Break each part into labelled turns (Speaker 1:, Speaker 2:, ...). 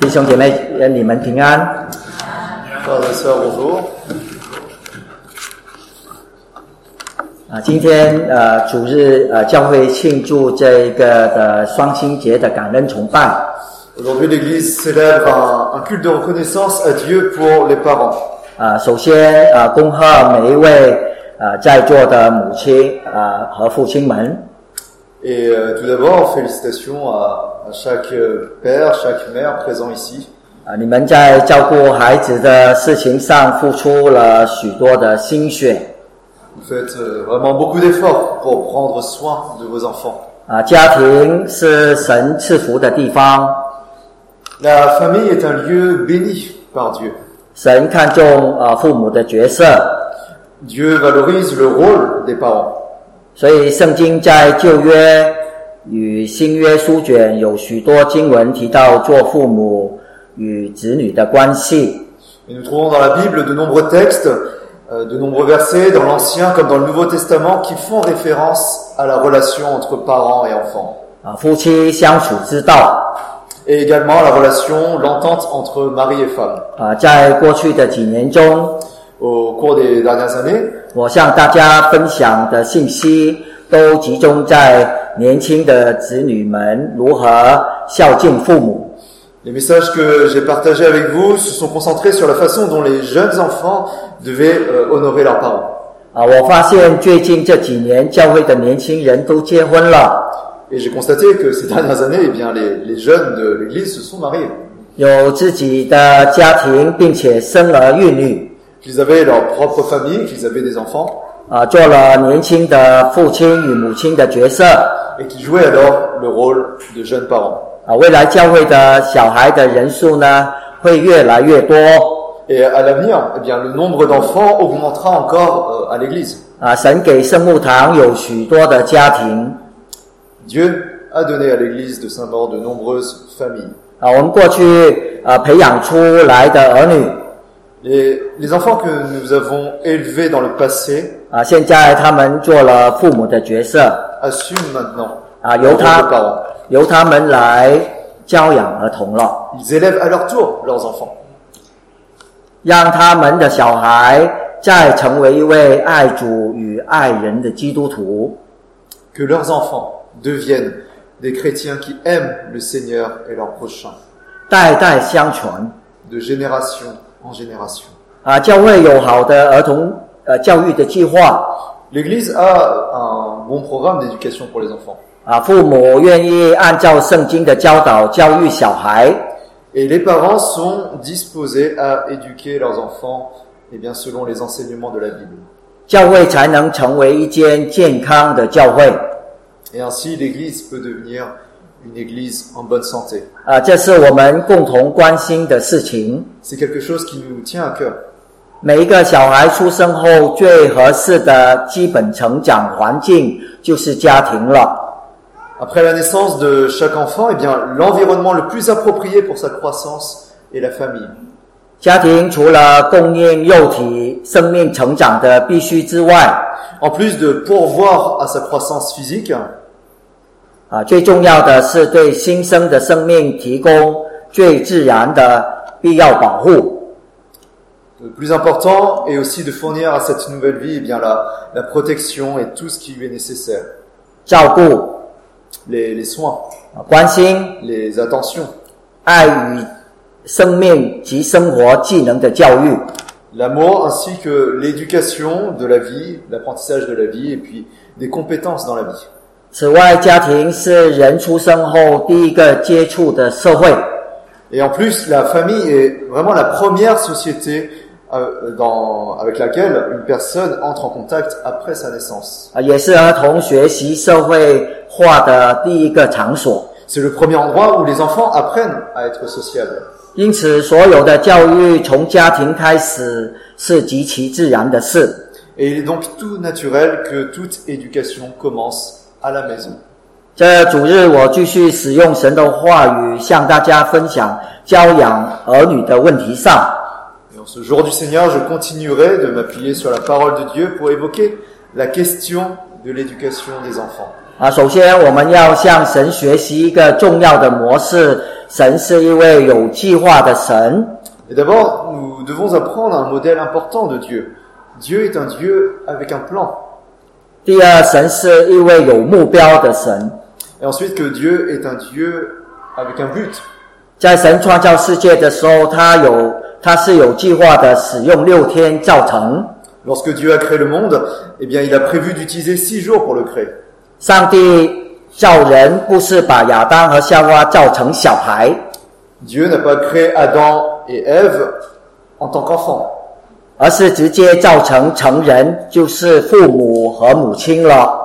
Speaker 1: 弟兄姐妹，愿你们平安。
Speaker 2: Frères et sœurs, bonjour.
Speaker 1: 啊，今天呃主日呃教会庆祝这一个的双星节的感恩崇拜。
Speaker 2: Aujourd'hui, l'Église célèbre un, un culte de reconnaissance à Dieu pour les parents.
Speaker 1: 啊，首先啊恭贺每一位呃在座的母亲啊和父亲们。
Speaker 2: Et euh, tout d'abord, félicitations à, à chaque euh, père, chaque mère présent ici.
Speaker 1: 啊，你们在照顾孩子的事情上付出了许多的心血。
Speaker 2: Vous faites euh, vraiment beaucoup d'efforts pour prendre soin de vos enfants.
Speaker 1: 啊，家庭是神赐福的地方，
Speaker 2: La famille est un lieu béni par Dieu.
Speaker 1: 神看重啊父母的角色，
Speaker 2: Dieu valorise le rôle des parents.
Speaker 1: 所以，圣经在旧约与新约书卷有许多经文提到做父母与子女的关系。
Speaker 2: Et nous trouvons dans la Bible de nombreux textes, euh, de nombreux versets, dans l'Ancien comme dans le Nouveau Testament, qui font référence à la relation entre parents et enfants.
Speaker 1: 啊，夫妻相处之道。
Speaker 2: et également la relation, l'entente entre mari et femme.
Speaker 1: 啊，在过去的几年中，
Speaker 2: Au cours des dernières années,
Speaker 1: 我向大家分享的信息都集中在年轻的子女们如何孝敬父母。
Speaker 2: les messages que j'ai partagés avec vous se sont concentrés sur la façon dont les jeunes enfants devaient euh, honorer leurs parents.
Speaker 1: 啊，我发现最近这几年教会的年轻人都结婚了。
Speaker 2: Et j'ai constaté que ces dernières années, eh bien, les, les jeunes de l'Église se sont mariés,
Speaker 1: 有自己的家庭，并且生儿育女，
Speaker 2: qu'ils avaient leur propre famille, qu'ils avaient des enfants,
Speaker 1: 啊，做了年轻的父亲与母亲的角色，
Speaker 2: et qui jouaient alors le rôle de jeunes parents.
Speaker 1: 啊，未来教会的小孩的人数呢会越来越多，
Speaker 2: Et à l'avenir, eh bien, le nombre d'enfants augmentera encore euh, à l'Église.
Speaker 1: 啊，神给圣牧堂有许多的家庭，
Speaker 2: Dieu a donné à l'Église de Saint-Maur de nombreuses familles.
Speaker 1: 啊，我们过去啊培养出来的儿女，
Speaker 2: Les, les enfants que nous avons élevés dans le passé
Speaker 1: 啊，现在他们做了父母的角色，
Speaker 2: assument maintenant
Speaker 1: 啊，
Speaker 2: leur
Speaker 1: 由
Speaker 2: rôle de
Speaker 1: 他
Speaker 2: parents.
Speaker 1: 由他们来教养儿童了。
Speaker 2: Ils élèvent à leur tour leurs enfants
Speaker 1: 让他们的小孩再成为一位爱主与爱人的基督徒。
Speaker 2: que leurs enfants deviennent des chrétiens qui aiment le Seigneur et leur prochain,
Speaker 1: 代代相传。
Speaker 2: de génération en génération.
Speaker 1: 啊，教会有好的儿童呃教育的计划，
Speaker 2: L'Église a un bon programme d'éducation pour les enfants.
Speaker 1: 啊，父母愿意按照圣经的教导教育小孩，
Speaker 2: Et les parents sont disposés à éduquer leurs enfants eh bien, selon les enseignements de la Bible.
Speaker 1: 教会才能成为一间健康的教会。
Speaker 2: Et ainsi, l'Église peut devenir une Église en bonne santé.
Speaker 1: 啊，这是我们共同关心的事情。
Speaker 2: C'est quelque chose qui nous tient à cœur.
Speaker 1: 每一个小孩出生后最合适的基本成长环境就是家庭了。
Speaker 2: Après la naissance de chaque enfant, eh bien, l'environnement le plus approprié pour sa croissance est la famille.
Speaker 1: 家庭除了供应肉体生命成长的必须之外，
Speaker 2: En plus de pourvoir à sa croissance physique,
Speaker 1: 啊，最重要的是对新生的生命提供最自然的必要保护。
Speaker 2: le plus important est aussi de fournir à cette nouvelle vie eh bien, la, la protection et tout ce qui lui est nécessaire.
Speaker 1: 照顾、
Speaker 2: Les, les soins,
Speaker 1: 啊关心、
Speaker 2: les attentions,
Speaker 1: 爱与生命及生活技能的教育，
Speaker 2: l'amour ainsi que l'éducation de la vie, l'apprentissage de la vie et puis des compétences dans la vie.
Speaker 1: 此外，家庭是人出生后第一个接触的社会，
Speaker 2: Et en plus, la famille est vraiment la première société euh, dans- avec laquelle une personne entre en contact après sa naissance.
Speaker 1: 啊，也是儿童学习社会化的第一个场所。
Speaker 2: C'est le premier endroit où les enfants apprennent à être sociables.
Speaker 1: 因此，所有的教育从家庭开始是极其自然的事。
Speaker 2: Et il est donc tout naturel que toute éducation commence à la maison.
Speaker 1: 这主日，我继续使用神的话语，向大家分享教养儿女的问题上。
Speaker 2: Et en ce jour du Seigneur, je continuerai de m'appuyer sur la parole de Dieu pour évoquer la question de l'éducation des enfants.
Speaker 1: 啊，首先我们要向神学习一个重要的模式，神是一位有计划的神。
Speaker 2: Et d'abord, nous devons apprendre un modèle important de Dieu. Dieu est un Dieu avec un plan.
Speaker 1: 第二，神是一位有目标的神。
Speaker 2: Et ensuite que Dieu est un Dieu avec un but.
Speaker 1: 在神创造世界的时候，他有他是有计划的使用六天造成。
Speaker 2: Lorsque Dieu a créé le monde, eh bien, il a prévu d'utiliser six jours pour le créer.
Speaker 1: 上帝造人不是把亚当和夏娃造成小孩，
Speaker 2: Dieu n'a pas créé Adam et Ève en tant qu'enfants,
Speaker 1: 而是直接造成成人，就是父母和母亲了。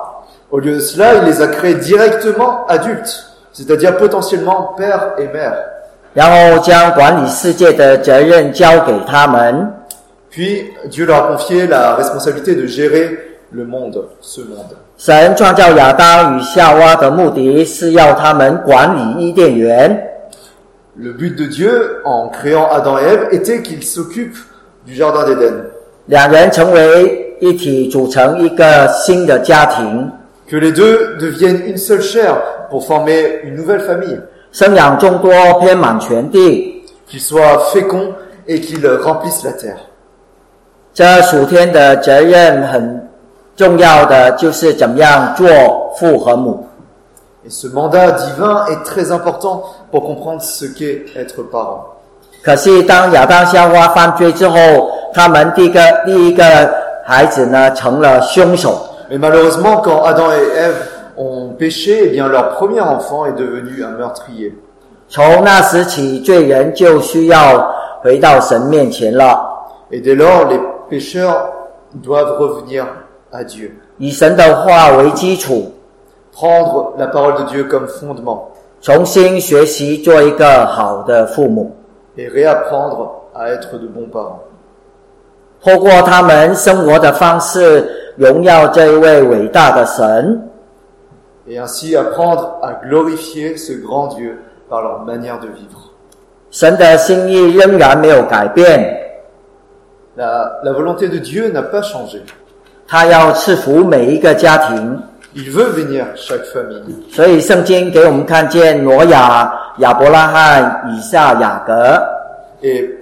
Speaker 2: Au lieu de cela, il les a créés directement adultes, c'est-à-dire potentiellement père et mère.
Speaker 1: 然后将管理世界的责任交给他们。
Speaker 2: Puis Dieu leur a confié la responsabilité de gérer le monde, ce monde.
Speaker 1: 神创造亚当与夏娃的目的是要他们管理伊甸园，
Speaker 2: Le but de Dieu en créant Adam et Ève était qu'ils s'occupent du jardin d'Éden,
Speaker 1: 两人成为一体，组成一个新的家庭，
Speaker 2: que les deux deviennent une seule chair pour former une nouvelle famille,
Speaker 1: 生养众多，遍满全地。
Speaker 2: qu'ils soient féconds et qu'ils remplissent la terre.
Speaker 1: 这属天的责任很重要的就是怎么样做父和母。
Speaker 2: Et ce mandat divin est très important pour comprendre ce qu'est être parent.
Speaker 1: 可是当亚当夏娃犯罪之后，他们第一个第一个孩子呢成了凶手。
Speaker 2: Mais malheureusement, quand Adam et Ève ont péché, eh bien leur premier enfant est devenu un meurtrier.
Speaker 1: 从那时起，罪人就需要回到神面前了，
Speaker 2: Et dès lors, les pécheurs doivent revenir à Dieu,
Speaker 1: 以神的话为基础，
Speaker 2: prendre la parole de Dieu comme fondement
Speaker 1: 重新学习做一个好的父母。
Speaker 2: et réapprendre à être de bons parents.
Speaker 1: 透过他们生活的方式，荣耀这一位伟大的神。
Speaker 2: Et ainsi apprendre à glorifier ce grand Dieu par leur manière de vivre.
Speaker 1: 神的心意仍然没有改变，
Speaker 2: La, la volonté de Dieu n'a pas changé.
Speaker 1: 他要赐福每一个家庭。
Speaker 2: Il veut bénir chaque famille.
Speaker 1: 所以圣经给我们看见挪亚、亚伯拉罕、以撒、雅各，
Speaker 2: Et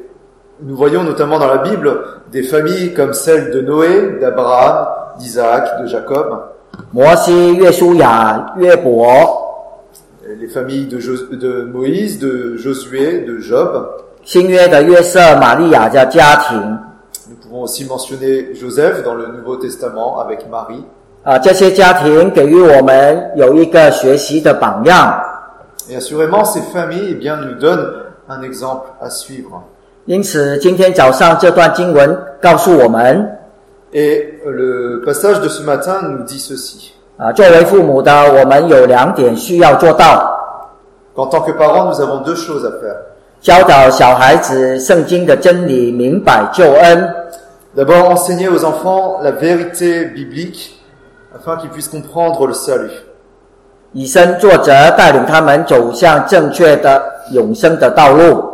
Speaker 2: nous voyons notamment dans la Bible des familles comme celle de Noé, d'Abraham, d'Isaac, de Jacob,
Speaker 1: 摩西、约书亚、约伯、
Speaker 2: et les familles de, Jo- de Moïse, de Josué, de Job.
Speaker 1: 新约的约瑟、玛利亚的家庭
Speaker 2: Nous pouvons aussi mentionner Joseph dans le Nouveau Testament avec Marie.
Speaker 1: 啊，这些家庭给予我们有一个学习的榜样。
Speaker 2: Et assurément, ces familles eh bien, nous donnent un exemple à suivre.
Speaker 1: 因此，今天早上这段经文告诉我们，
Speaker 2: Et le passage de ce matin nous dit ceci.
Speaker 1: 啊，作为父母的我们有两点需要做到：
Speaker 2: Qu'en tant que parents, nous avons deux choses à faire.
Speaker 1: 教导小孩子圣经的真理，明白救恩；
Speaker 2: D'abord, enseigner aux enfants la vérité biblique afin qu'ils puissent comprendre le salut.
Speaker 1: 以身作则，带领他们走向正确的永生的道路。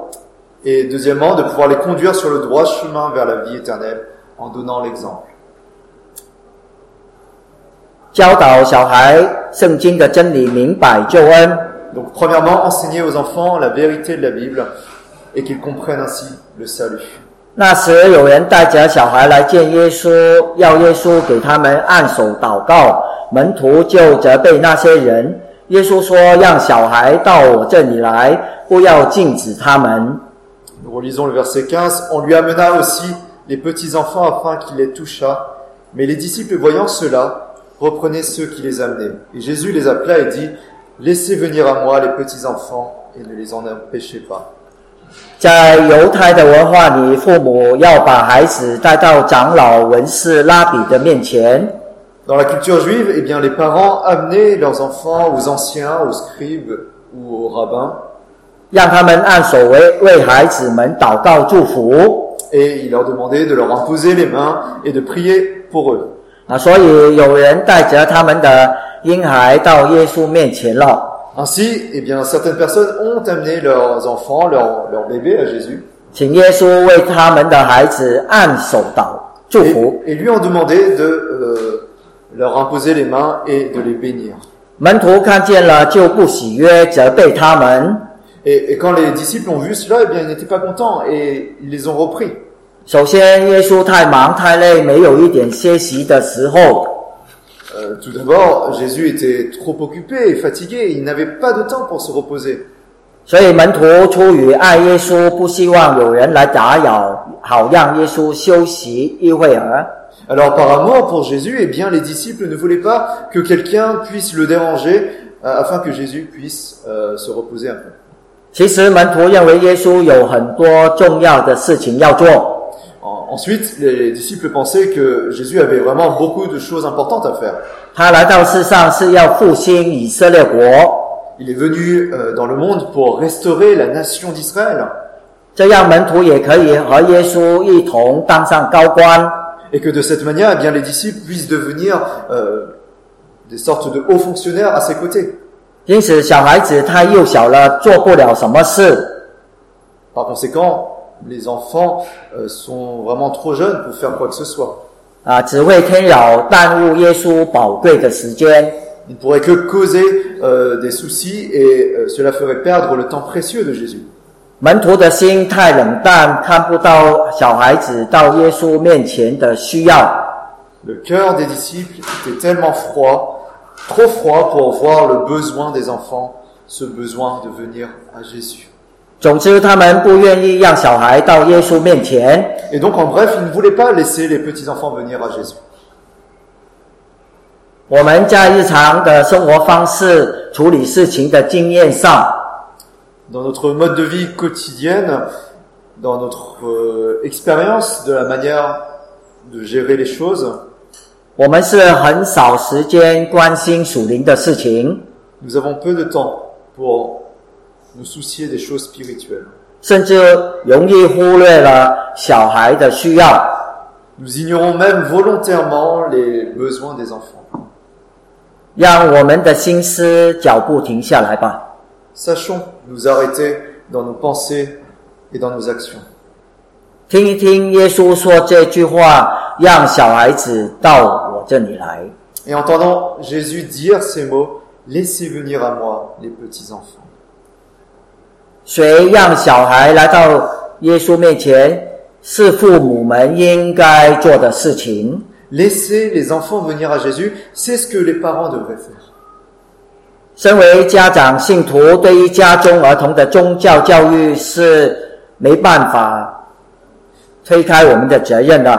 Speaker 2: Et deuxièmement, de pouvoir les conduire sur le droit chemin vers la vie éternelle en donnant l'exemple.
Speaker 1: 教导小孩圣经的真理，明白救恩。
Speaker 2: Donc, premièrement, enseigner aux enfants la vérité de la Bible et qu'ils comprennent ainsi le salut.
Speaker 1: 那时有人带着小孩来见耶稣，要耶稣给他们按手祷告。门徒就责备那些人。耶稣说：“让小孩到我这里来，不要禁止他们，
Speaker 2: Nous relisons le verset 15. On lui amena aussi les petits enfants afin qu'il les touchât. Mais les disciples voyant cela, reprenaient ceux qui les amenaient. Et Jésus les appela et dit, laissez venir à moi les petits enfants et ne les en empêchez pas.
Speaker 1: 在犹太的文化里，父母要把孩子带到长老文士拉比的面前，
Speaker 2: Dans la culture juive, eh bien, les parents amenaient leurs enfants aux anciens, aux scribes ou aux rabbins,
Speaker 1: 让他们按手为为孩子们祷告祝福
Speaker 2: et ils leur demandaient de leur imposer les mains et de prier pour eux.
Speaker 1: 啊。所以有人带着他们的婴孩到耶稣面前了。”
Speaker 2: Ainsi, eh bien, certaines personnes ont amené leurs enfants, leurs, leurs bébés à Jésus,
Speaker 1: 请耶稣为他们的孩子按手祷祝
Speaker 2: et,
Speaker 1: 福。
Speaker 2: et lui ont demandé de euh, leur imposer les mains et de les bénir.
Speaker 1: 门徒看见了就不喜悦，责备他们。
Speaker 2: Et, et quand les disciples ont vu cela, eh bien, ils n'étaient pas contents et ils les ont repris.
Speaker 1: 首先，耶稣太忙太累，没有一点歇息的时候。
Speaker 2: Euh, tout d'abord, Jésus était trop occupé et fatigué. Il n'avait pas de temps pour se reposer.
Speaker 1: 所以门徒出于爱耶稣，不希望有人来打扰，好让耶稣休息一会儿。
Speaker 2: Alors, apparemment, pour Jésus, eh bien, les disciples ne voulaient pas que quelqu'un puisse le déranger euh, afin que Jésus puisse euh, se reposer un peu.
Speaker 1: 其实门徒认为耶稣有很多重要的事情要做，
Speaker 2: En- Ensuite, les disciples pensaient que Jésus avait vraiment beaucoup de choses importantes à faire.
Speaker 1: 他来到世上是要复兴以色列国，
Speaker 2: Il est venu euh, dans le monde pour restaurer la nation d'Israël
Speaker 1: 这样门徒也可以和耶稣一同当上高官。
Speaker 2: et que de cette manière, eh bien, les disciples puissent devenir euh, des sortes de hauts fonctionnaires à ses côtés.
Speaker 1: 因此，小孩子太幼小了，做不了什么事。
Speaker 2: Par conséquent, les enfants euh, sont vraiment trop jeunes pour faire quoi que ce soit.
Speaker 1: 啊，只会添扰耽误耶稣宝贵的时间。
Speaker 2: Ils ne pourraient que causer euh, des soucis et euh, cela ferait perdre le temps précieux de Jésus.
Speaker 1: 门徒的心太冷淡，看不到小孩子到耶稣面前的需要。
Speaker 2: Le cœur des disciples était tellement froid, trop froid pour voir le besoin des enfants, ce besoin de venir à Jésus.
Speaker 1: 总之，他们不愿意让小孩到耶稣面前。
Speaker 2: Et donc, en bref, ils ne voulaient pas laisser les petits-enfants venir à Jésus.
Speaker 1: 我们在日常的生活方式、处理事情的经验上，
Speaker 2: Dans notre mode de vie quotidienne, dans notre euh, expérience de la manière de gérer les choses,
Speaker 1: 我们是很少时间关心属灵的事情，
Speaker 2: nous avons peu de temps pour nous soucier des choses spirituelles.
Speaker 1: 甚至容易忽略了小孩的需要。
Speaker 2: Nous ignorons même volontairement les besoins des enfants.
Speaker 1: 让我们的心思脚步停下来吧。
Speaker 2: Sachons nous arrêter dans nos pensées et dans nos actions.
Speaker 1: 听一听耶稣说这句话，让小孩子到我这里来。
Speaker 2: Et entendant Jésus dire ces mots, laissez venir à moi les petits-enfants.
Speaker 1: 谁让小孩来到耶稣面前，是父母们应该做的事情。
Speaker 2: Laissez les enfants venir à Jésus, c'est ce que les parents devraient faire.
Speaker 1: 身为家长信徒，对于家中儿童的宗教教育是没办法推开我们的责任的。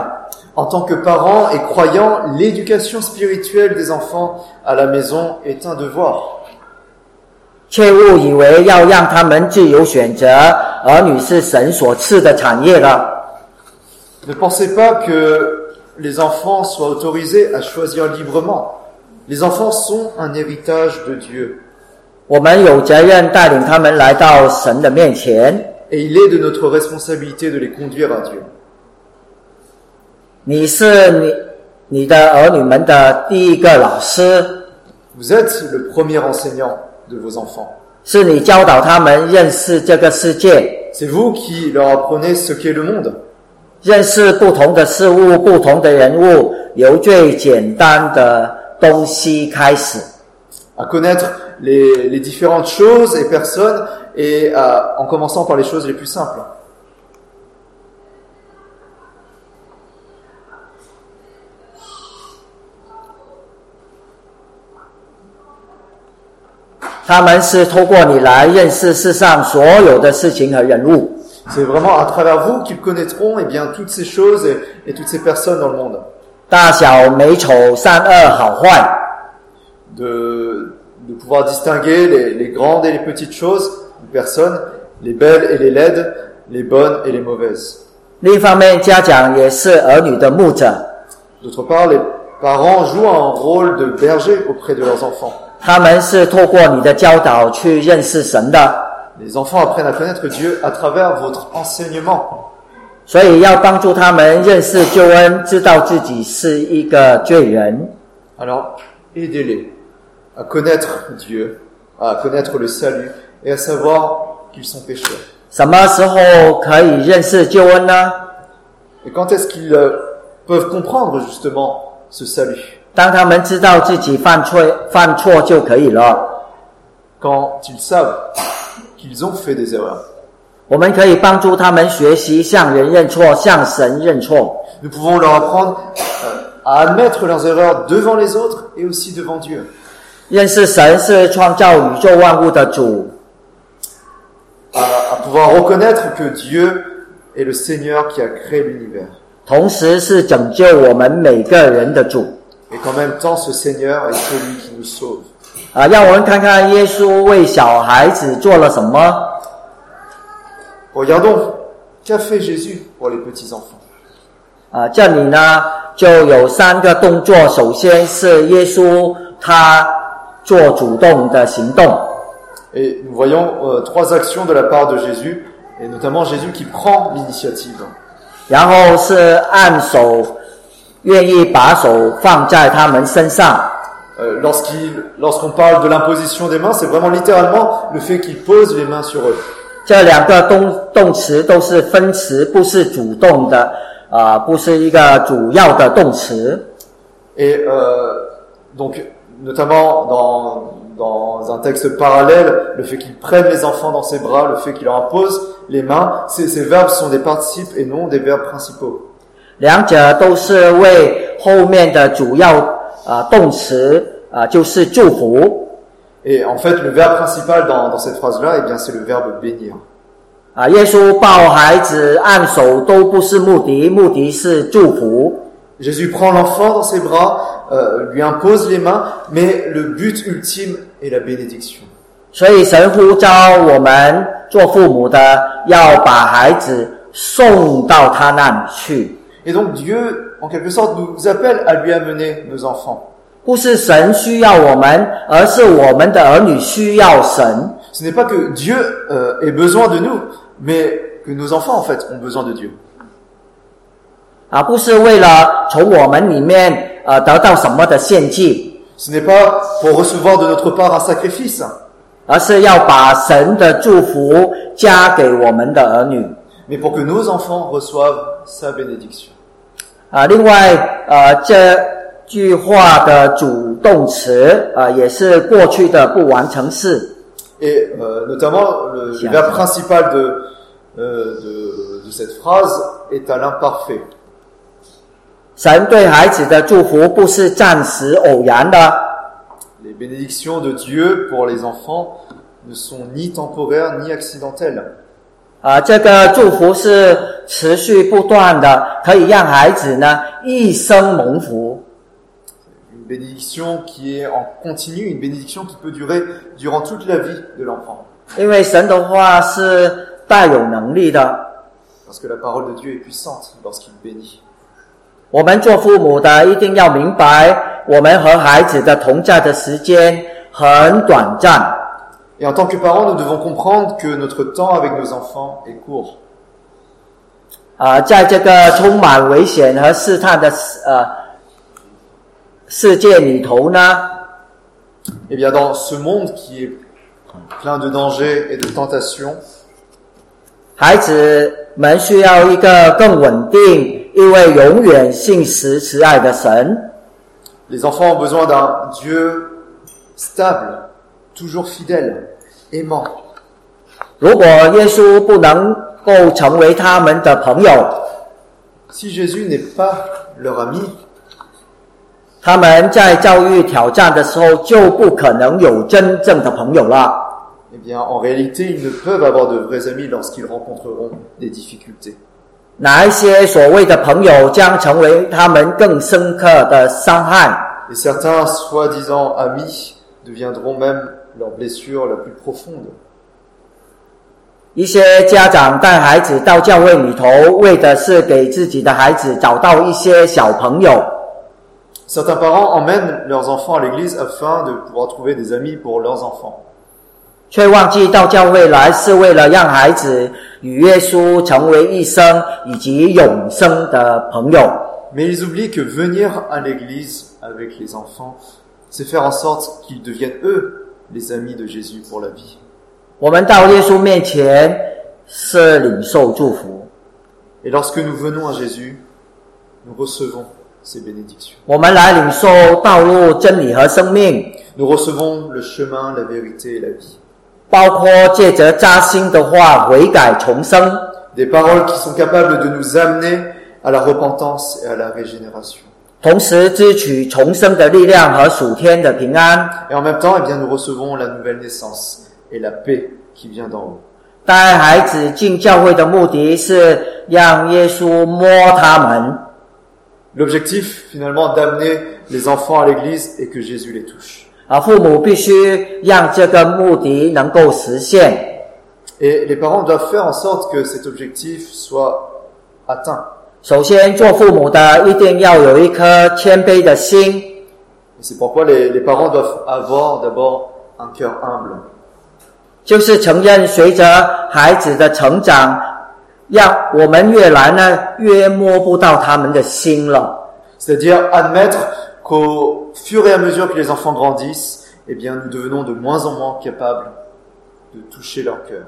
Speaker 2: En tant que parents et croyants, l'éducation spirituelle des enfants à la maison est un devoir.
Speaker 1: 切勿以为要让他们自由选择，儿女是神所赐的产业了。
Speaker 2: Ne pensez pas que les enfants soient autorisés à choisir librement. Les enfants sont un héritage de Dieu.
Speaker 1: 我们有责任带领他们来到神的面前。
Speaker 2: Et il est de notre responsabilité de les conduire à Dieu.
Speaker 1: 你是你你的儿女们的第一个老师，
Speaker 2: Vous êtes le premier enseignant de vos enfants.
Speaker 1: 是你教导他们认识这个世界，
Speaker 2: C'est vous qui leur apprenez ce qu'est le monde.
Speaker 1: 认识不同的事物、不同的人物，由最简单的东西开始。
Speaker 2: à connaître les, les différentes choses et personnes, et à- en commençant par les choses les plus simples.
Speaker 1: 他们是透过你来认识世上所有的事情和人物。
Speaker 2: C'est vraiment à travers vous qu'ils connaîtront eh bien, toutes ces choses et, et toutes ces personnes dans le monde,
Speaker 1: 大小美丑、善恶、好坏，
Speaker 2: de, de pouvoir distinguer les, les grandes et les petites choses, les personnes, les belles et les laides, les bonnes et les mauvaises.
Speaker 1: 另一方面，家长也是儿女的牧者，
Speaker 2: D'autre part, les parents jouent un rôle de berger auprès de leurs enfants.
Speaker 1: 他们是透过你的教导去认识神的，
Speaker 2: Les enfants apprennent à connaître Dieu à travers votre enseignement.
Speaker 1: 所以要帮助他们认识救恩，知道自己是一个罪人。
Speaker 2: Alors, aidez-les à connaître Dieu, à connaître le salut et à savoir qu'ils sont pécheurs.
Speaker 1: 什么时候可以认识救恩呢？
Speaker 2: Et quand est-ce qu'ils euh, peuvent comprendre justement ce salut
Speaker 1: 当他们知道自己犯错犯错就可以了。
Speaker 2: quand ils savent qu'ils ont fait des erreurs.
Speaker 1: 我们可以帮助他们学习向人认错，向神认错。
Speaker 2: Nous pouvons leur apprendre euh, à admettre leurs erreurs devant les autres et aussi devant Dieu.
Speaker 1: 认识神是创造宇宙万物的主，
Speaker 2: À, à pouvoir reconnaître que Dieu est le Seigneur qui a créé l'univers.
Speaker 1: 同时是拯救我们每个人的主。
Speaker 2: Et qu'en même temps, ce Seigneur est celui qui nous sauve.
Speaker 1: 啊，让我们看看耶稣为小孩子做了什么。
Speaker 2: Regardons, qu'a fait Jésus pour les petits-enfants
Speaker 1: 啊，这里呢就有三个动作，首先是耶稣他做主动的行动，
Speaker 2: Et nous voyons euh, trois actions de la part de Jésus, et notamment Jésus qui prend l'initiative.
Speaker 1: 然后是按手，愿意把手放在他们身上。
Speaker 2: Euh, lorsqu'il- Lorsqu'on parle de l'imposition des mains, c'est vraiment littéralement le fait qu'il pose les mains sur eux.
Speaker 1: 这两个动动词都是分词，不是主动的，啊、不是一个主要的动词。
Speaker 2: Et euh, donc, notamment dans, dans un texte parallèle, le fait qu'il prenne les enfants dans ses bras, le fait qu'il leur impose les mains, ces, ces verbes sont des participes et non des verbes principaux.
Speaker 1: 两者都是为后面的主要啊、动词啊、就是祝福
Speaker 2: Et en fait, le verbe principal dans, dans cette phrase-là, eh bien, c'est le verbe bénir.
Speaker 1: 啊、耶稣抱孩子、按手都不是目的，目的是祝福。
Speaker 2: Jésus prend l'enfant dans ses bras, euh, lui impose les mains, mais le but ultime est la bénédiction.
Speaker 1: 所以神呼召我们做父母的要把孩子送到他那里去，
Speaker 2: Et donc Dieu, en quelque sorte, nous appelle à lui amener nos enfants.
Speaker 1: 不是神需要我们，而是我们的儿女需要神。
Speaker 2: Ce n'est pas que Dieu euh, ait besoin de nous, mais que nos enfants, en fait, ont besoin de Dieu.
Speaker 1: 啊，不是为了从我们里面呃得到什么的献祭，
Speaker 2: Ce n'est pas pour recevoir de notre part un sacrifice,
Speaker 1: 而是要把神的祝福加给我们的儿女。
Speaker 2: mais pour que nos enfants reçoivent sa bénédiction.
Speaker 1: 啊，另外呃这句话的主动词啊、呃也是过去的不完成式。
Speaker 2: Et euh, notamment, le, le
Speaker 1: Tiens.
Speaker 2: verbe principal de, euh, de, de cette phrase est à l'imparfait.
Speaker 1: 神对孩子的祝福不是暂时偶然的，
Speaker 2: Les bénédictions de Dieu pour les enfants ne sont ni temporaires ni accidentelles.
Speaker 1: 啊，这个祝福是持续不断的，可以让孩子呢一生蒙福。
Speaker 2: Une bénédiction qui est en continu, une bénédiction qui peut durer durant toute la vie de l'enfant.
Speaker 1: 因为神的话是带有能力的，
Speaker 2: Parce que la parole de Dieu est puissante lorsqu'il bénit.
Speaker 1: 我们做父母的一定要明白，我们和孩子的同在的时间很短暂，
Speaker 2: Et en tant que parents, nous devons comprendre que notre temps avec nos enfants est court.
Speaker 1: 啊，在这个充满危险和试探的呃世界里头呢，
Speaker 2: Et Eh bien, dans ce monde qui est plein de dangers et de tentations,
Speaker 1: 孩子们需要一个更稳定、因为永远信实慈爱的神。
Speaker 2: les enfants ont besoin d'un Dieu stable, toujours fidèle, aimant.
Speaker 1: 如果耶稣不能够成为他们的朋友，
Speaker 2: Si Jésus n'est pas leur ami,
Speaker 1: 他们在遭遇挑战的时候，就不可能有真正的朋友了。
Speaker 2: eh bien, en réalité, ils ne peuvent avoir de vrais amis lorsqu'ils rencontreront des difficultés.
Speaker 1: 哪一些所谓的朋友将成为他们更深刻的伤害？
Speaker 2: Et certains soi-disant amis deviendront même leur blessure la plus profonde.
Speaker 1: 一些家长带孩子到教会里头，为的是给自己的孩子找到一些小朋友。
Speaker 2: Certains parents emmènent leurs enfants à l'église afin de pouvoir trouver des amis pour leurs enfants.
Speaker 1: 却忘记到教会来是为了让孩子与耶稣成为一生以及永生的朋友。
Speaker 2: Mais ils oublient que venir à l'église avec les enfants, c'est faire en sorte qu'ils deviennent eux les amis de Jésus pour la vie.
Speaker 1: 我们到耶稣面前是领受祝福，
Speaker 2: Et lorsque nous venons à Jésus, nous recevons ces bénédictions.
Speaker 1: 我们来领受道路、真理和生命，
Speaker 2: Nous recevons le chemin, la vérité et la vie.
Speaker 1: 包括借着扎心的话悔改重生，
Speaker 2: Des paroles qui sont capables de nous amener à la repentance et à la régénération.
Speaker 1: 同时支取重生的力量和属天的平安。
Speaker 2: Et en même temps, eh bien, nous recevons la nouvelle naissance et la paix qui vient d'en haut.
Speaker 1: 带孩子进教会的目的是让耶稣摸他们，
Speaker 2: L'objectif, finalement, d'amener les enfants à l'église et que Jésus les touche.
Speaker 1: 啊，父母必须让这个目的能够实现，
Speaker 2: Et les parents doivent faire en sorte que cet objectif soit atteint.
Speaker 1: 首先，做父母的一定要有一颗谦卑的心，
Speaker 2: Et c'est pourquoi les, les parents doivent avoir d'abord un cœur humble.
Speaker 1: 就是承认随着孩子的成长，让我们越来呢越摸不到他们的心了。
Speaker 2: C'est-à-dire admettre qu'au fur et à mesure que les enfants grandissent, eh bien, nous devenons de moins en moins capables de toucher leur cœur.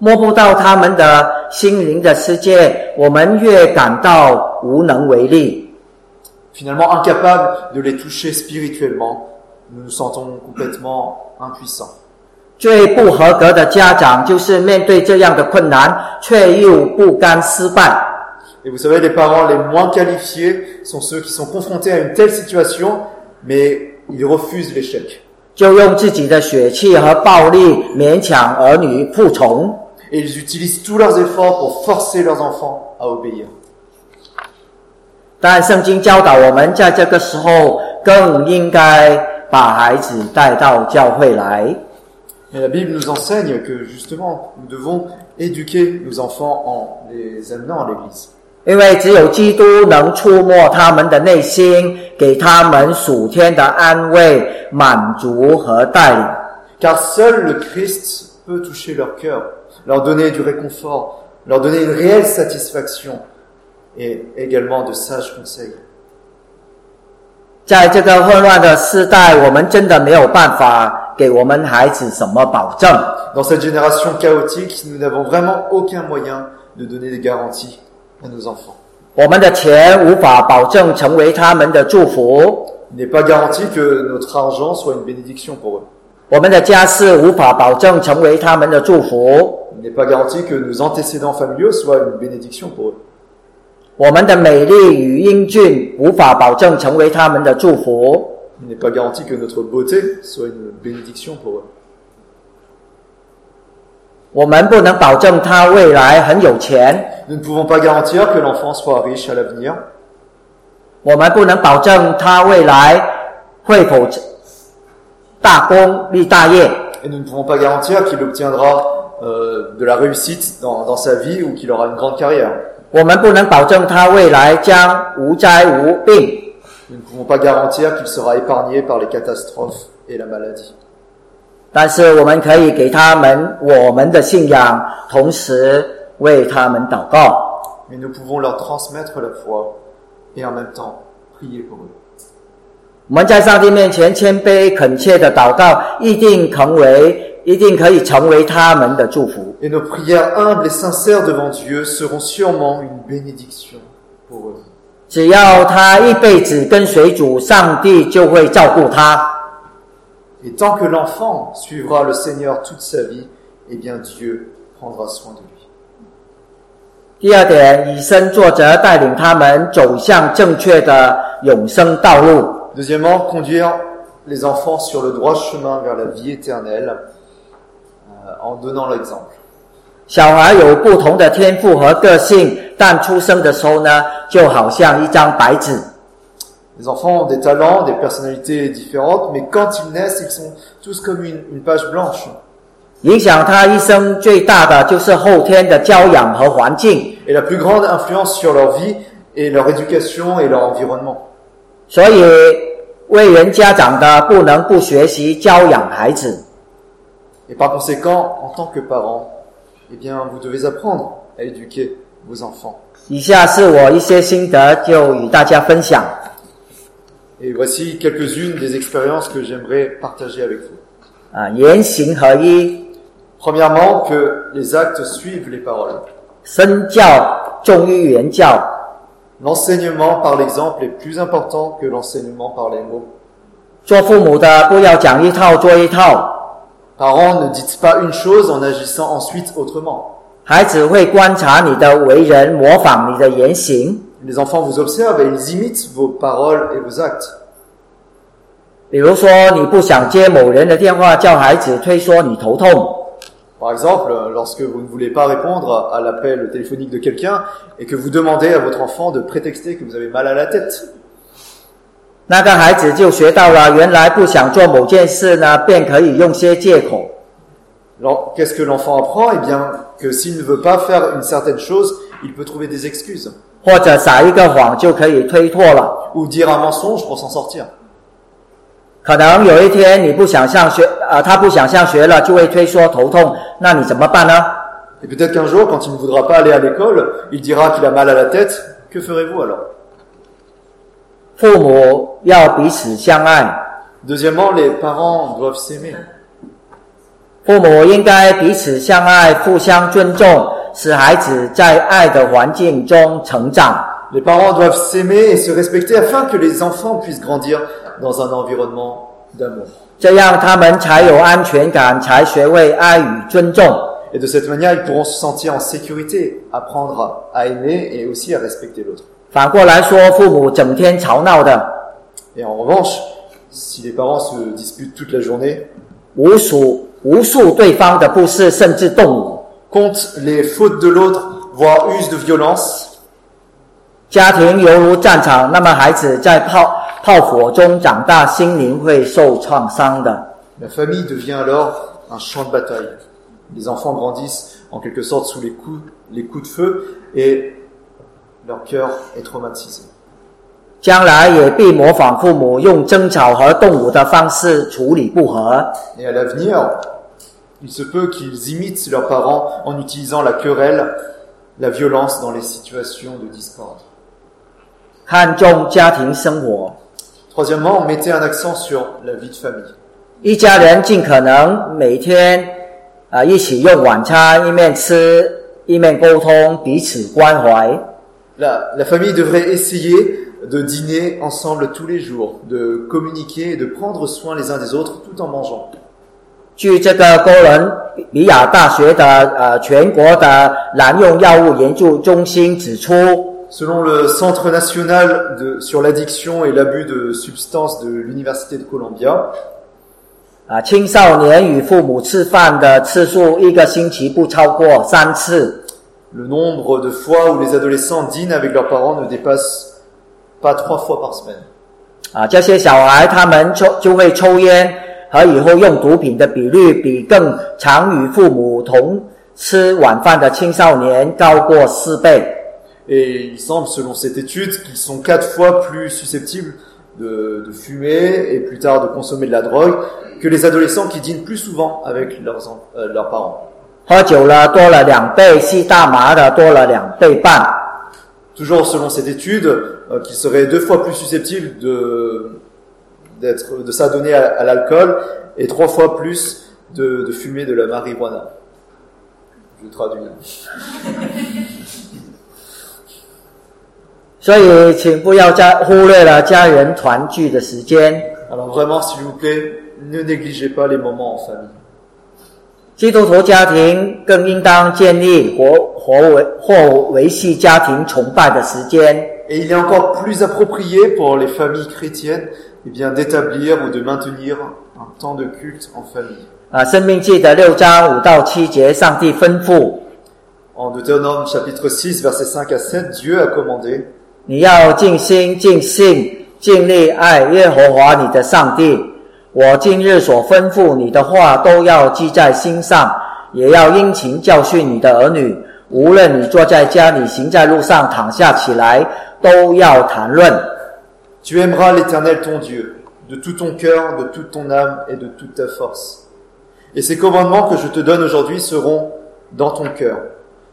Speaker 1: 摸不到他们的心灵的世界，我们越感到无能为力。
Speaker 2: Finalement, incapables de les toucher spirituellement, nous nous sentons complètement impuissants.
Speaker 1: 最不合格的家长就是面对这样的困难，却又不甘失败。
Speaker 2: Et vous savez, les parents les moins qualifiés sont ceux qui sont confrontés à une telle situation, mais ils refusent l'échec.
Speaker 1: 就用自己的血气和暴力勉强儿女服从。
Speaker 2: Et ils utilisent tous leurs efforts pour forcer leurs enfants à obéir.
Speaker 1: 但圣经教导我们，在这个时候更应该把孩子带到教会来。
Speaker 2: Mais la Bible nous enseigne que justement, nous devons éduquer nos enfants en les amenant à l'Église.
Speaker 1: 因为只有基督能触摸他们的内心，给他们属天的安慰、满足和带领。
Speaker 2: Car seul le Christ peut toucher leur cœur, leur donner du réconfort, leur donner une réelle satisfaction et également de sages conseils.
Speaker 1: 在这个混乱的时代，我们真的没有办法给我们孩子什么保证。
Speaker 2: Dans cette génération chaotique, nous n'avons vraiment aucun moyen de donner des garanties à nos enfants.
Speaker 1: 我们的钱无法保证成为他们的祝福，
Speaker 2: Il n'est pas garanti que notre argent soit une bénédiction pour eux.
Speaker 1: 我们的家世无法保证成为他们的祝福，
Speaker 2: Il n'est pas garanti que nos antécédents familiaux soient une bénédiction pour eux.
Speaker 1: 我们的美丽与英俊无法保证成为他们的祝福。
Speaker 2: Il n'est pas garanti que notre beauté soit une bénédiction pour eux.
Speaker 1: 我们不能保证他未来很有钱，
Speaker 2: Nous ne pouvons pas garantir que l'enfant soit riche à l'avenir.
Speaker 1: 我们不能保证他未来会否大功立大业。
Speaker 2: Et nous ne pouvons pas garantir qu'il obtiendra euh, de la réussite dans, dans sa vie ou qu'il aura une grande carrière.
Speaker 1: 我们不能保证他未来将无灾无病。
Speaker 2: Nous ne pouvons pas garantir qu'il sera épargné par les catastrophes et la maladie.
Speaker 1: 但是我们可以给他们我们的信仰，同时为他们祷告。
Speaker 2: Mais nous pouvons leur transmettre la foi et en même temps prier pour eux.
Speaker 1: 我们在上帝面前谦卑恳切的祷告，一定成为，一定可以成为他们的祝福。
Speaker 2: Et nos prières humbles et sincères devant Dieu seront sûrement une bénédiction pour eux.
Speaker 1: 只要他一辈子跟随主，上帝就会照顾他。
Speaker 2: Et tant que l'enfant suivra le Seigneur toute sa vie, eh bien Dieu prendra soin de lui.
Speaker 1: 第二点，以身作则，带领他们走向正确的永生道路。
Speaker 2: Deuxièmement, conduire les enfants sur le droit chemin vers la vie éternelle euh, en donnant l'exemple.
Speaker 1: 小孩有不同的天赋和个性，但出生的时候呢，就好像一张白纸。
Speaker 2: Les enfants ont des talents, des personnalités différentes, mais quand ils naissent, ils sont tous comme une, une page blanche.
Speaker 1: 影响他一生最大的就是后天的教养和环境，
Speaker 2: Et la plus grande influence sur leur vie est leur éducation et leur environnement.
Speaker 1: 所以为人家长的不能不学习教养孩子。
Speaker 2: Et par conséquent, en tant que parents, eh bien, vous devez apprendre à éduquer vos enfants.
Speaker 1: 以下是我一些心得，就与大家分享。
Speaker 2: Et voici quelques-unes des expériences que j'aimerais partager avec vous.
Speaker 1: 啊，言行合一，
Speaker 2: Premièrement, que les actes suivent les paroles.
Speaker 1: 身教重于言教。
Speaker 2: L'enseignement par l'exemple est plus important que l'enseignement par les mots.
Speaker 1: 做父母的不要讲一套做一套，
Speaker 2: Parents, ne dites pas une chose en agissant ensuite autrement.
Speaker 1: 孩子会观察你的为人，模仿你的言行。
Speaker 2: Les enfants vous observent et ils imitent vos paroles et vos actes.
Speaker 1: 比如说，你不想接某人的电话，叫孩子推说你头痛，
Speaker 2: Par exemple, lorsque vous ne voulez pas répondre à l'appel téléphonique de quelqu'un et que vous demandez à votre enfant de prétexter que vous avez mal à la tête,
Speaker 1: 那个孩子就学到了，原来不想做某件事呢，便可以用些借口。
Speaker 2: l'en- qu'est-ce que l'enfant apprend Eh bien, que s'il ne veut pas faire une certaine chose, il peut trouver des excuses
Speaker 1: 或者撒一个谎就可以推脱了。
Speaker 2: ou dire un mensonge pour s'en sortir.
Speaker 1: 可能有一天你不想上学，呃，他不想上学了，就会推说头痛，那你怎么办呢？
Speaker 2: Et peut-être qu'un jour, quand il ne voudra pas aller à l'école, il dira qu'il a mal à la tête. Que ferez-vous alors
Speaker 1: 父母要彼此相爱，
Speaker 2: Deuxièmement, les parents doivent s'aimer.
Speaker 1: 父母应该彼此相爱，互相尊重，使孩子在爱的环境中成长。
Speaker 2: Les parents doivent s'aimer et se respecter afin que les enfants puissent grandir dans un environnement d'amour.
Speaker 1: 这样他们才有安全感，才学会爱与尊重。
Speaker 2: Et de cette manière, ils pourront se sentir en sécurité, apprendre à- à aimer et aussi à respecter l'autre.
Speaker 1: 反过来说，父母整天吵闹的，
Speaker 2: Et en revanche, si les parents se disputent toute la journée,
Speaker 1: 无数无数对方的不是，甚至动武。
Speaker 2: comptent les fautes de l'autre, voire usent de violence,
Speaker 1: 家庭犹如战场，那么孩子在炮炮火中长大，心灵会受创伤的。
Speaker 2: la famille devient alors un champ de bataille. Les enfants grandissent en quelque sorte sous les coups, les coups de feu et leur cœur est traumatisé.
Speaker 1: 将来也必模仿父母，用争吵和动武的方式处理不和。
Speaker 2: Et à l'avenir, il se peut qu'ils imitent leurs parents en utilisant la querelle, la violence dans les situations de discorde.
Speaker 1: 看重家庭生活，
Speaker 2: Troisièmement, mettez un accent sur la vie de famille.
Speaker 1: 一家人尽可能每天啊、一起用晚餐，一面吃一面沟通，彼此关怀。
Speaker 2: La, la famille devrait essayer de dîner ensemble tous les jours, de communiquer et de prendre soin les uns des autres tout en mangeant.
Speaker 1: 据这个哥伦比亚大学的呃全国的滥用药物研究中心指出，
Speaker 2: Selon le Centre national de- sur l'addiction et l'abus de substances de l'Université de Columbia,
Speaker 1: 啊，青少年与父母吃饭的次数一个星期不超过三次，
Speaker 2: le nombre de fois où les adolescents dînent avec leurs parents ne dépasse pas trois fois par semaine.
Speaker 1: 啊，这些小孩他们抽就会抽烟和以后用毒品的比率比更常与父母同吃晚饭的青少年高过四倍。
Speaker 2: Et il semble, selon cette étude, qu'ils sont quatre fois plus susceptibles de, de fumer et plus tard de consommer de la drogue que les adolescents qui dînent plus souvent avec leurs, en- euh, leurs parents.
Speaker 1: 喝酒了多了两倍，吸大麻的多了两倍半。
Speaker 2: Toujours selon cette étude, euh, qu'ils seraient deux fois plus susceptibles de, d'être, de s'adonner à, à l'alcool et trois fois plus de, de fumer de la marijuana. Je traduis.
Speaker 1: 所以，请不要再忽略了家人团聚的时间。
Speaker 2: Alors vraiment, s'il vous plaît, ne négligez pas les moments en famille.
Speaker 1: 基督徒家庭更应当建立活活维或维系家庭崇拜的时间。
Speaker 2: Et il est encore plus approprié pour les familles chrétiennes eh bien, d'établir ou de maintenir un temps de culte en famille.
Speaker 1: 啊，《生命记》的六章五到七节，上帝吩咐
Speaker 2: En Deutéronome chapitre 6, versets 5 à 7, Dieu a commandé
Speaker 1: 你要尽心、尽性、尽力爱耶和华你的上帝。我今日所吩咐你的话，都要记在心上，也要殷勤教训你的儿女。无论你坐在家里、行在路上、躺下起来，都要谈论。
Speaker 2: Tu aimeras l'Éternel ton Dieu, de tout ton cœur, de toute ton âme et de toute ta force. Et ces commandements que je te donne aujourd'hui seront dans ton cœur.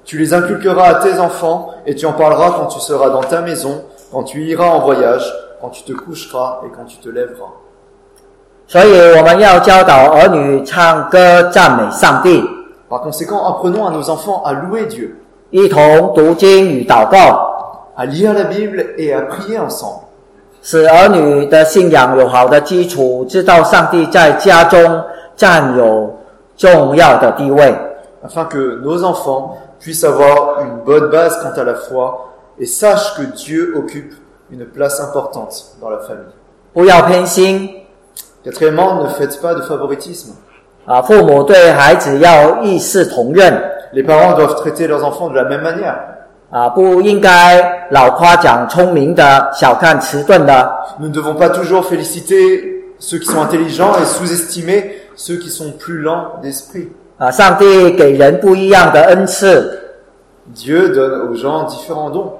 Speaker 2: Tu les inculqueras à tes enfants et tu en parleras quand tu seras dans ta maison, quand tu iras en voyage, quand tu te coucheras et quand tu te lèveras.
Speaker 1: 所以，我们要教导儿女唱歌赞美上帝，
Speaker 2: Par conséquent, apprenons à nos enfants à louer Dieu,
Speaker 1: 一同读经与祷告，
Speaker 2: à lire la Bible et à prier ensemble.
Speaker 1: 使儿女的信仰有好的基础，知道上帝在家中占有重要的地位，
Speaker 2: afin que nos enfants puissent avoir une bonne base quant à la foi et sachent que Dieu occupe une place importante dans la famille.
Speaker 1: 不要偏心
Speaker 2: Quatrièmement, ne faites pas de favoritisme.
Speaker 1: 啊！父母对孩子要一视同仁
Speaker 2: Les parents doivent traiter leurs enfants de la même manière.
Speaker 1: 啊，不应该老夸奖聪明的，小看迟钝的。
Speaker 2: Nous ne devons pas toujours féliciter ceux qui sont intelligents et sous-estimer ceux qui sont plus lents d'esprit.
Speaker 1: 啊，上帝给人不一样的恩赐
Speaker 2: Dieu donne aux gens différents dons.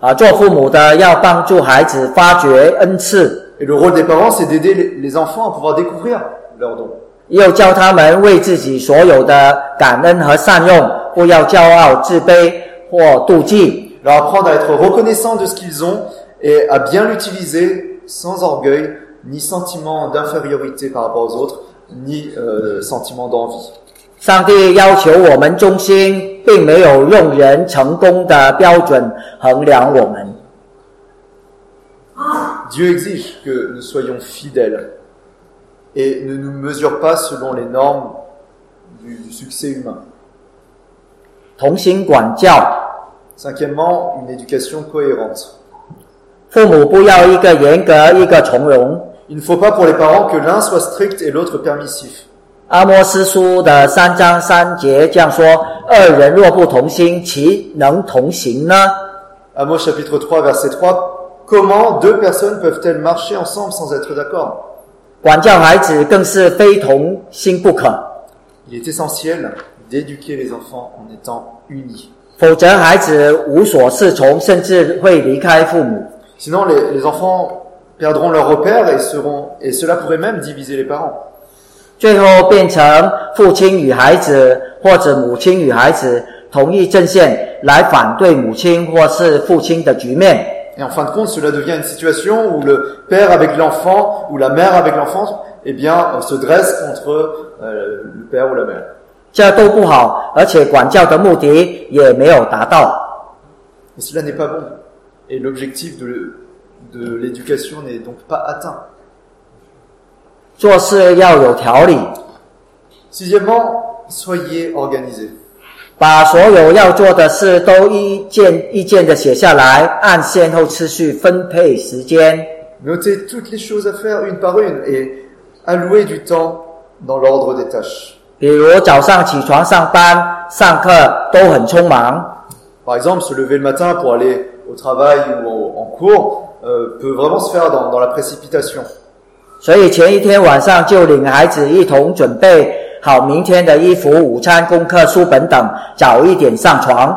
Speaker 1: 啊，做父母的要帮助孩子发掘恩赐，
Speaker 2: Et le rôle des parents, c'est d'aider les- les enfants à pouvoir découvrir leurs dons.
Speaker 1: 又教他们为自己所有的感恩和善用，不要骄傲、自卑或妒忌，
Speaker 2: Leur apprendre à être reconnaissants de ce qu'ils ont et à bien l'utiliser sans orgueil, ni sentiment d'infériorité par rapport aux autres, ni euh, sentiment d'envie.
Speaker 1: 上帝要求我们忠心，并没有用人成功的标准衡量我们。
Speaker 2: Dieu exige que nous soyons fidèles et ne nous mesure pas selon les normes du, du succès humain.
Speaker 1: 同心管教，
Speaker 2: Cinquièmement, une éducation cohérente.
Speaker 1: 父母不要一个严格，一个从容。
Speaker 2: Il ne faut pas pour les parents que l'un soit strict et l'autre permissif.
Speaker 1: 阿摩斯书的三章三节这样说：“二人若不同心，其能同行呢？”
Speaker 2: Amos chapitre 3 verset 3. Comment deux personnes peuvent-elles marcher ensemble sans être d'accord
Speaker 1: 管教孩子更是非同心不可，
Speaker 2: Il est essentiel d'éduquer les enfants en étant unis.
Speaker 1: 否则孩子无所适从，甚至会离开父母。
Speaker 2: Sinon, les, les enfants perdront leurs repères et seront, et cela pourrait même diviser les parents.
Speaker 1: 最后变成父亲与孩子或者母亲与孩子同一阵线来反对母亲或是父亲的局面。
Speaker 2: Et en fin de compte, cela devient une situation où le père avec l'enfant, ou la mère avec l'enfant, eh bien, euh, se dresse contre euh, le père ou la mère.
Speaker 1: 这都不好，而且管教的目的也没有达到。
Speaker 2: Et cela n'est pas bon. Et l'objectif de, le- de l'éducation n'est donc pas atteint.
Speaker 1: 做事要有条理，
Speaker 2: Sixièmement, soyez organisés.
Speaker 1: 把所有要做的事都一件一件的写下来，按先后次序分配时间。
Speaker 2: Notez toutes les choses à faire une par une et allouez du temps dans l'ordre des tâches.
Speaker 1: 比如早上起床上班、上课都很匆忙，
Speaker 2: Par exemple, se lever le matin pour aller au travail ou en, en cours euh, peut vraiment se faire dans, dans la précipitation.
Speaker 1: 所以前一天晚上就领孩子一同准备好明天的衣服、午餐、功课、书本等，早一点上床。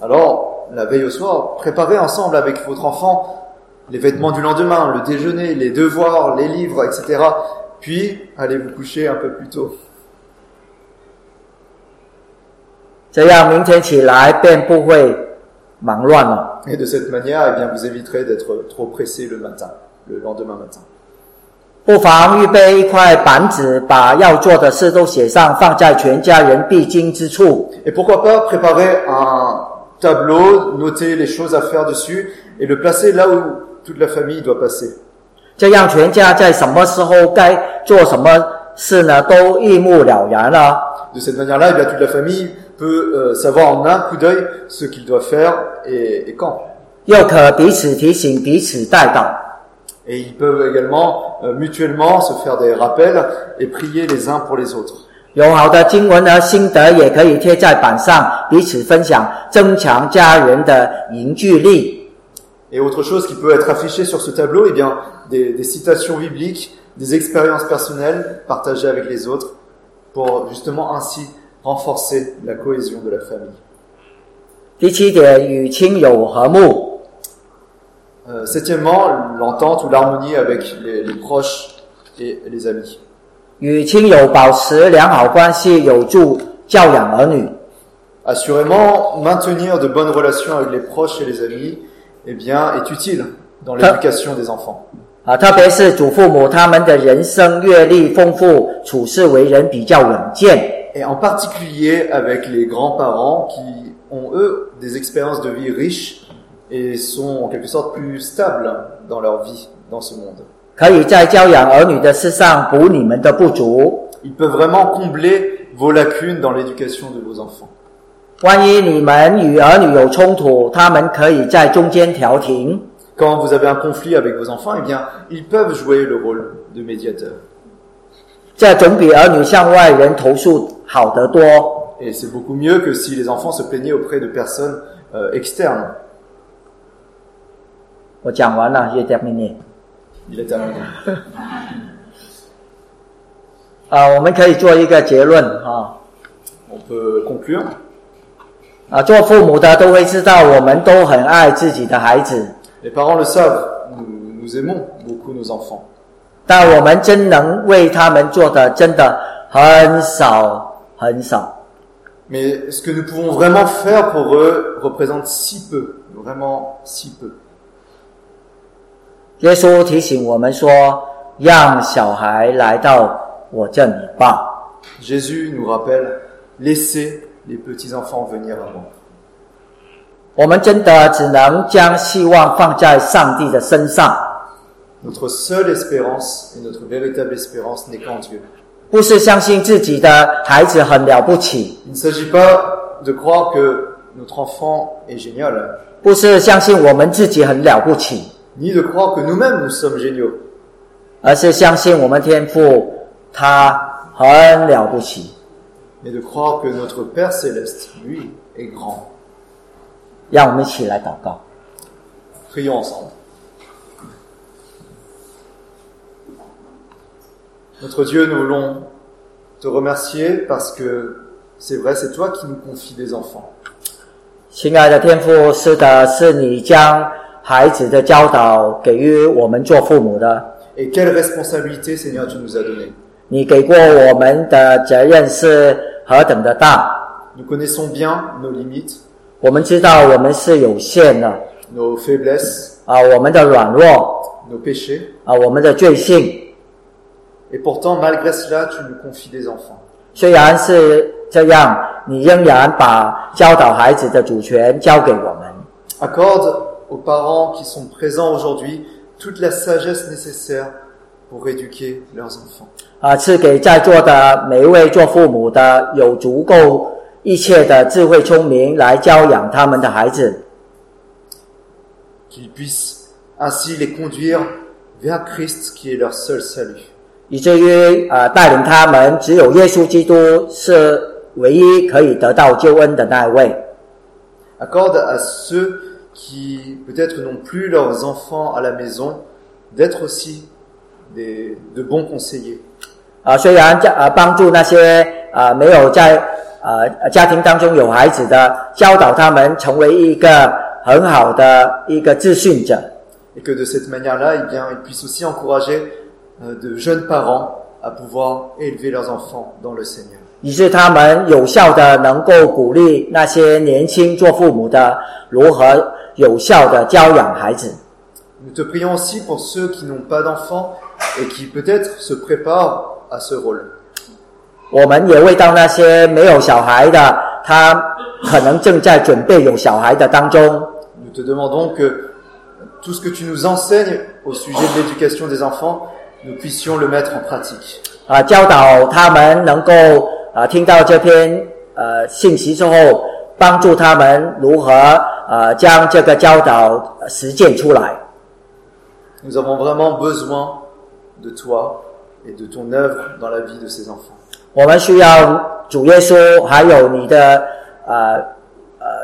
Speaker 2: Alors, la veille au soir, préparez ensemble avec votre enfant les vêtements du lendemain, le déjeuner, les devoirs, les livres, etc. Puis, allez vous coucher un peu plus tôt.
Speaker 1: 这样明天起来便不会忙乱了。
Speaker 2: Et de cette manière, eh bien, vous éviterez d'être trop pressé le matin, le lendemain matin.
Speaker 1: 不妨预备一块板纸，把要做的事都写上，放在全家人必经之处。
Speaker 2: Et pourquoi pas préparer un tableau, noter les choses à faire dessus et le placer là où toute la famille doit passer.
Speaker 1: 这样全家在什么时候该做什么事呢，都一目了然了。
Speaker 2: De cette manière-là, eh bien, toute la famille peut euh, savoir en un coup d'œil ce qu'il doit faire et, et quand.
Speaker 1: 又可彼此提醒、彼此带导。
Speaker 2: Et ils peuvent également euh, mutuellement se faire des rappels et prier les uns pour les autres.
Speaker 1: 有好的经文和心得也可以贴在板上，彼此分享，增强家人的凝聚力。
Speaker 2: Et autre chose qui peut être affichée sur ce tableau, eh bien, des, des citations bibliques, des expériences personnelles partagées avec les autres pour justement ainsi renforcer la cohésion de la famille.
Speaker 1: 第七点，与亲友和睦。
Speaker 2: Euh, septièmement, l'entente ou l'harmonie avec les, les proches et les amis.
Speaker 1: 与亲友保持良好关系，有助教养儿女。
Speaker 2: Assurément, maintenir de bonnes relations avec les proches et les amis, eh bien, est utile dans l'éducation des enfants.
Speaker 1: 啊，特别是祖父母，他们的人生阅历丰富，处事为人比较稳健。
Speaker 2: Et en particulier avec les grands-parents qui ont, eux, des expériences de vie riches et et sont en quelque sorte plus stables dans leur vie, dans ce monde.
Speaker 1: 可以在教养儿女的事上补你们的不足。
Speaker 2: Ils peuvent vraiment combler vos lacunes dans l'éducation de vos enfants.
Speaker 1: 万一你们与儿女有冲突，他们可以在中间调停。
Speaker 2: Quand vous avez un conflit avec vos enfants, eh bien, ils peuvent jouer le rôle de médiateur.
Speaker 1: 这总比儿女向外人投诉好得多。
Speaker 2: Et c'est beaucoup mieux que si les enfants se plaignaient auprès de personnes euh, externes.
Speaker 1: 我讲完了，也 d e m i n i
Speaker 2: Il est terminé.
Speaker 1: 啊，我们可以做一个结论啊
Speaker 2: On peut conclure.
Speaker 1: 啊，做父母的都会知道，我们都很爱自己的孩子，
Speaker 2: Les parents le savent, nous, nous aimons beaucoup nos enfants.
Speaker 1: 但我们真能为他们做的真的很少很少。
Speaker 2: Mais ce que nous pouvons vraiment faire pour eux représente si peu, vraiment si peu.
Speaker 1: 耶稣提醒我们说：“让小孩来到我这里吧。
Speaker 2: Jésus nous rappelle, laissez les petits-enfants venir à moi. ”
Speaker 1: 我们真的只能将希望放在上帝的身上，
Speaker 2: Notre seule espérance et notre véritable espérance n'est qu'en Dieu.
Speaker 1: 不是相信自己的孩子很了不起，
Speaker 2: Il ne s'agit pas de croire que notre enfant est génial,
Speaker 1: 不是相信我们自己很了不起，
Speaker 2: ni de croire que nous-mêmes nous sommes géniaux,
Speaker 1: 而是相信我们天父他很了不起。
Speaker 2: mais de croire que notre Père céleste, lui, est grand.
Speaker 1: 让我们一起来祷告，
Speaker 2: Prions ensemble. Notre Dieu, nous voulons te remercier parce que c'est vrai, c'est toi qui nous confies des enfants.
Speaker 1: 亲爱的天父，是的，是你将孩子的教导给予我们做父母的。
Speaker 2: Et quelle responsabilité, Seigneur, tu nous as donnée.
Speaker 1: 你给过我们的责任是何等的大，
Speaker 2: Nous connaissons bien nos limites,
Speaker 1: 我们知道我们是有限的
Speaker 2: nos faiblesses,
Speaker 1: 啊，我们的软弱
Speaker 2: nos péchés,
Speaker 1: 啊，我们的罪性，
Speaker 2: et pourtant, malgré cela, tu nous confies des enfants.
Speaker 1: 虽然是这样，你仍然把教导孩子的主权交给我们。
Speaker 2: Accorde aux parents qui sont présents aujourd'hui toute la sagesse nécessaire pour éduquer leurs enfants.
Speaker 1: 啊，赐给在座的每一位做父母的有足够一切的智慧聪明来教养他们的孩子，
Speaker 2: qu'ils puissent ainsi les conduire vers Christ qui est leur seul salut.
Speaker 1: 以至于啊带领他们只有耶稣基督是唯一可以得到救恩的那一位。
Speaker 2: Accorde à ceux qui peut-être n'ont plus leurs enfants à la maison d'être aussi des, de bons conseillers,
Speaker 1: 啊，虽然家啊帮助那些啊没有在啊家庭当中有孩子的，教导他们成为一个很好的一个自训者，
Speaker 2: et que de cette manière-là, eh bien, ils puissent aussi encourager euh, de jeunes parents à pouvoir élever leurs enfants dans le Seigneur.
Speaker 1: 以致他们有效的能够鼓励那些年轻做父母的如何有效的教养孩子。
Speaker 2: Nous te prions aussi pour ceux qui n'ont pas d'enfants et qui peut-être se préparent à ce rôle.
Speaker 1: 我们也为到那些没有小孩的，他可能正在准备有小孩的当中，
Speaker 2: Nous te demandons que tout ce que tu nous enseignes au sujet de l'éducation des enfants, nous puissions le mettre en pratique.
Speaker 1: 啊，教导他们能够啊听到这篇呃信息之后，帮助他们如何呃将这个教导呃实践出来。
Speaker 2: Nous avons vraiment besoin de toi et de ton œuvre dans la vie de ces enfants.
Speaker 1: 我们需要主耶稣，还有你的呃呃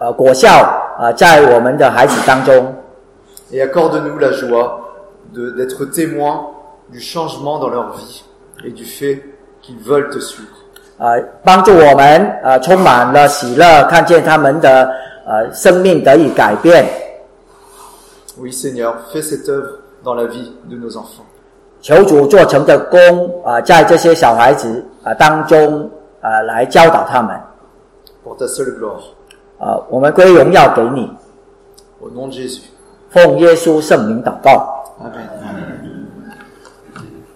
Speaker 1: 呃果效啊、呃在我们的孩子当中
Speaker 2: Et accorde-nous la joie de- d'être témoins du changement dans leur vie et du fait qu'ils veulent te suivre.
Speaker 1: 啊、呃帮助我们啊、呃充满了喜乐，看见他们的呃生命得以改变。
Speaker 2: Oui Seigneur, fais cette œuvre dans la vie de nos enfants.
Speaker 1: 求主做成的功啊、在这些小孩子啊、当中啊、来教导他们
Speaker 2: Pour ta seule gloire.
Speaker 1: 啊、我们归荣耀给你，
Speaker 2: Au nom de Jésus.
Speaker 1: 奉耶稣圣名祷告。
Speaker 2: Amen.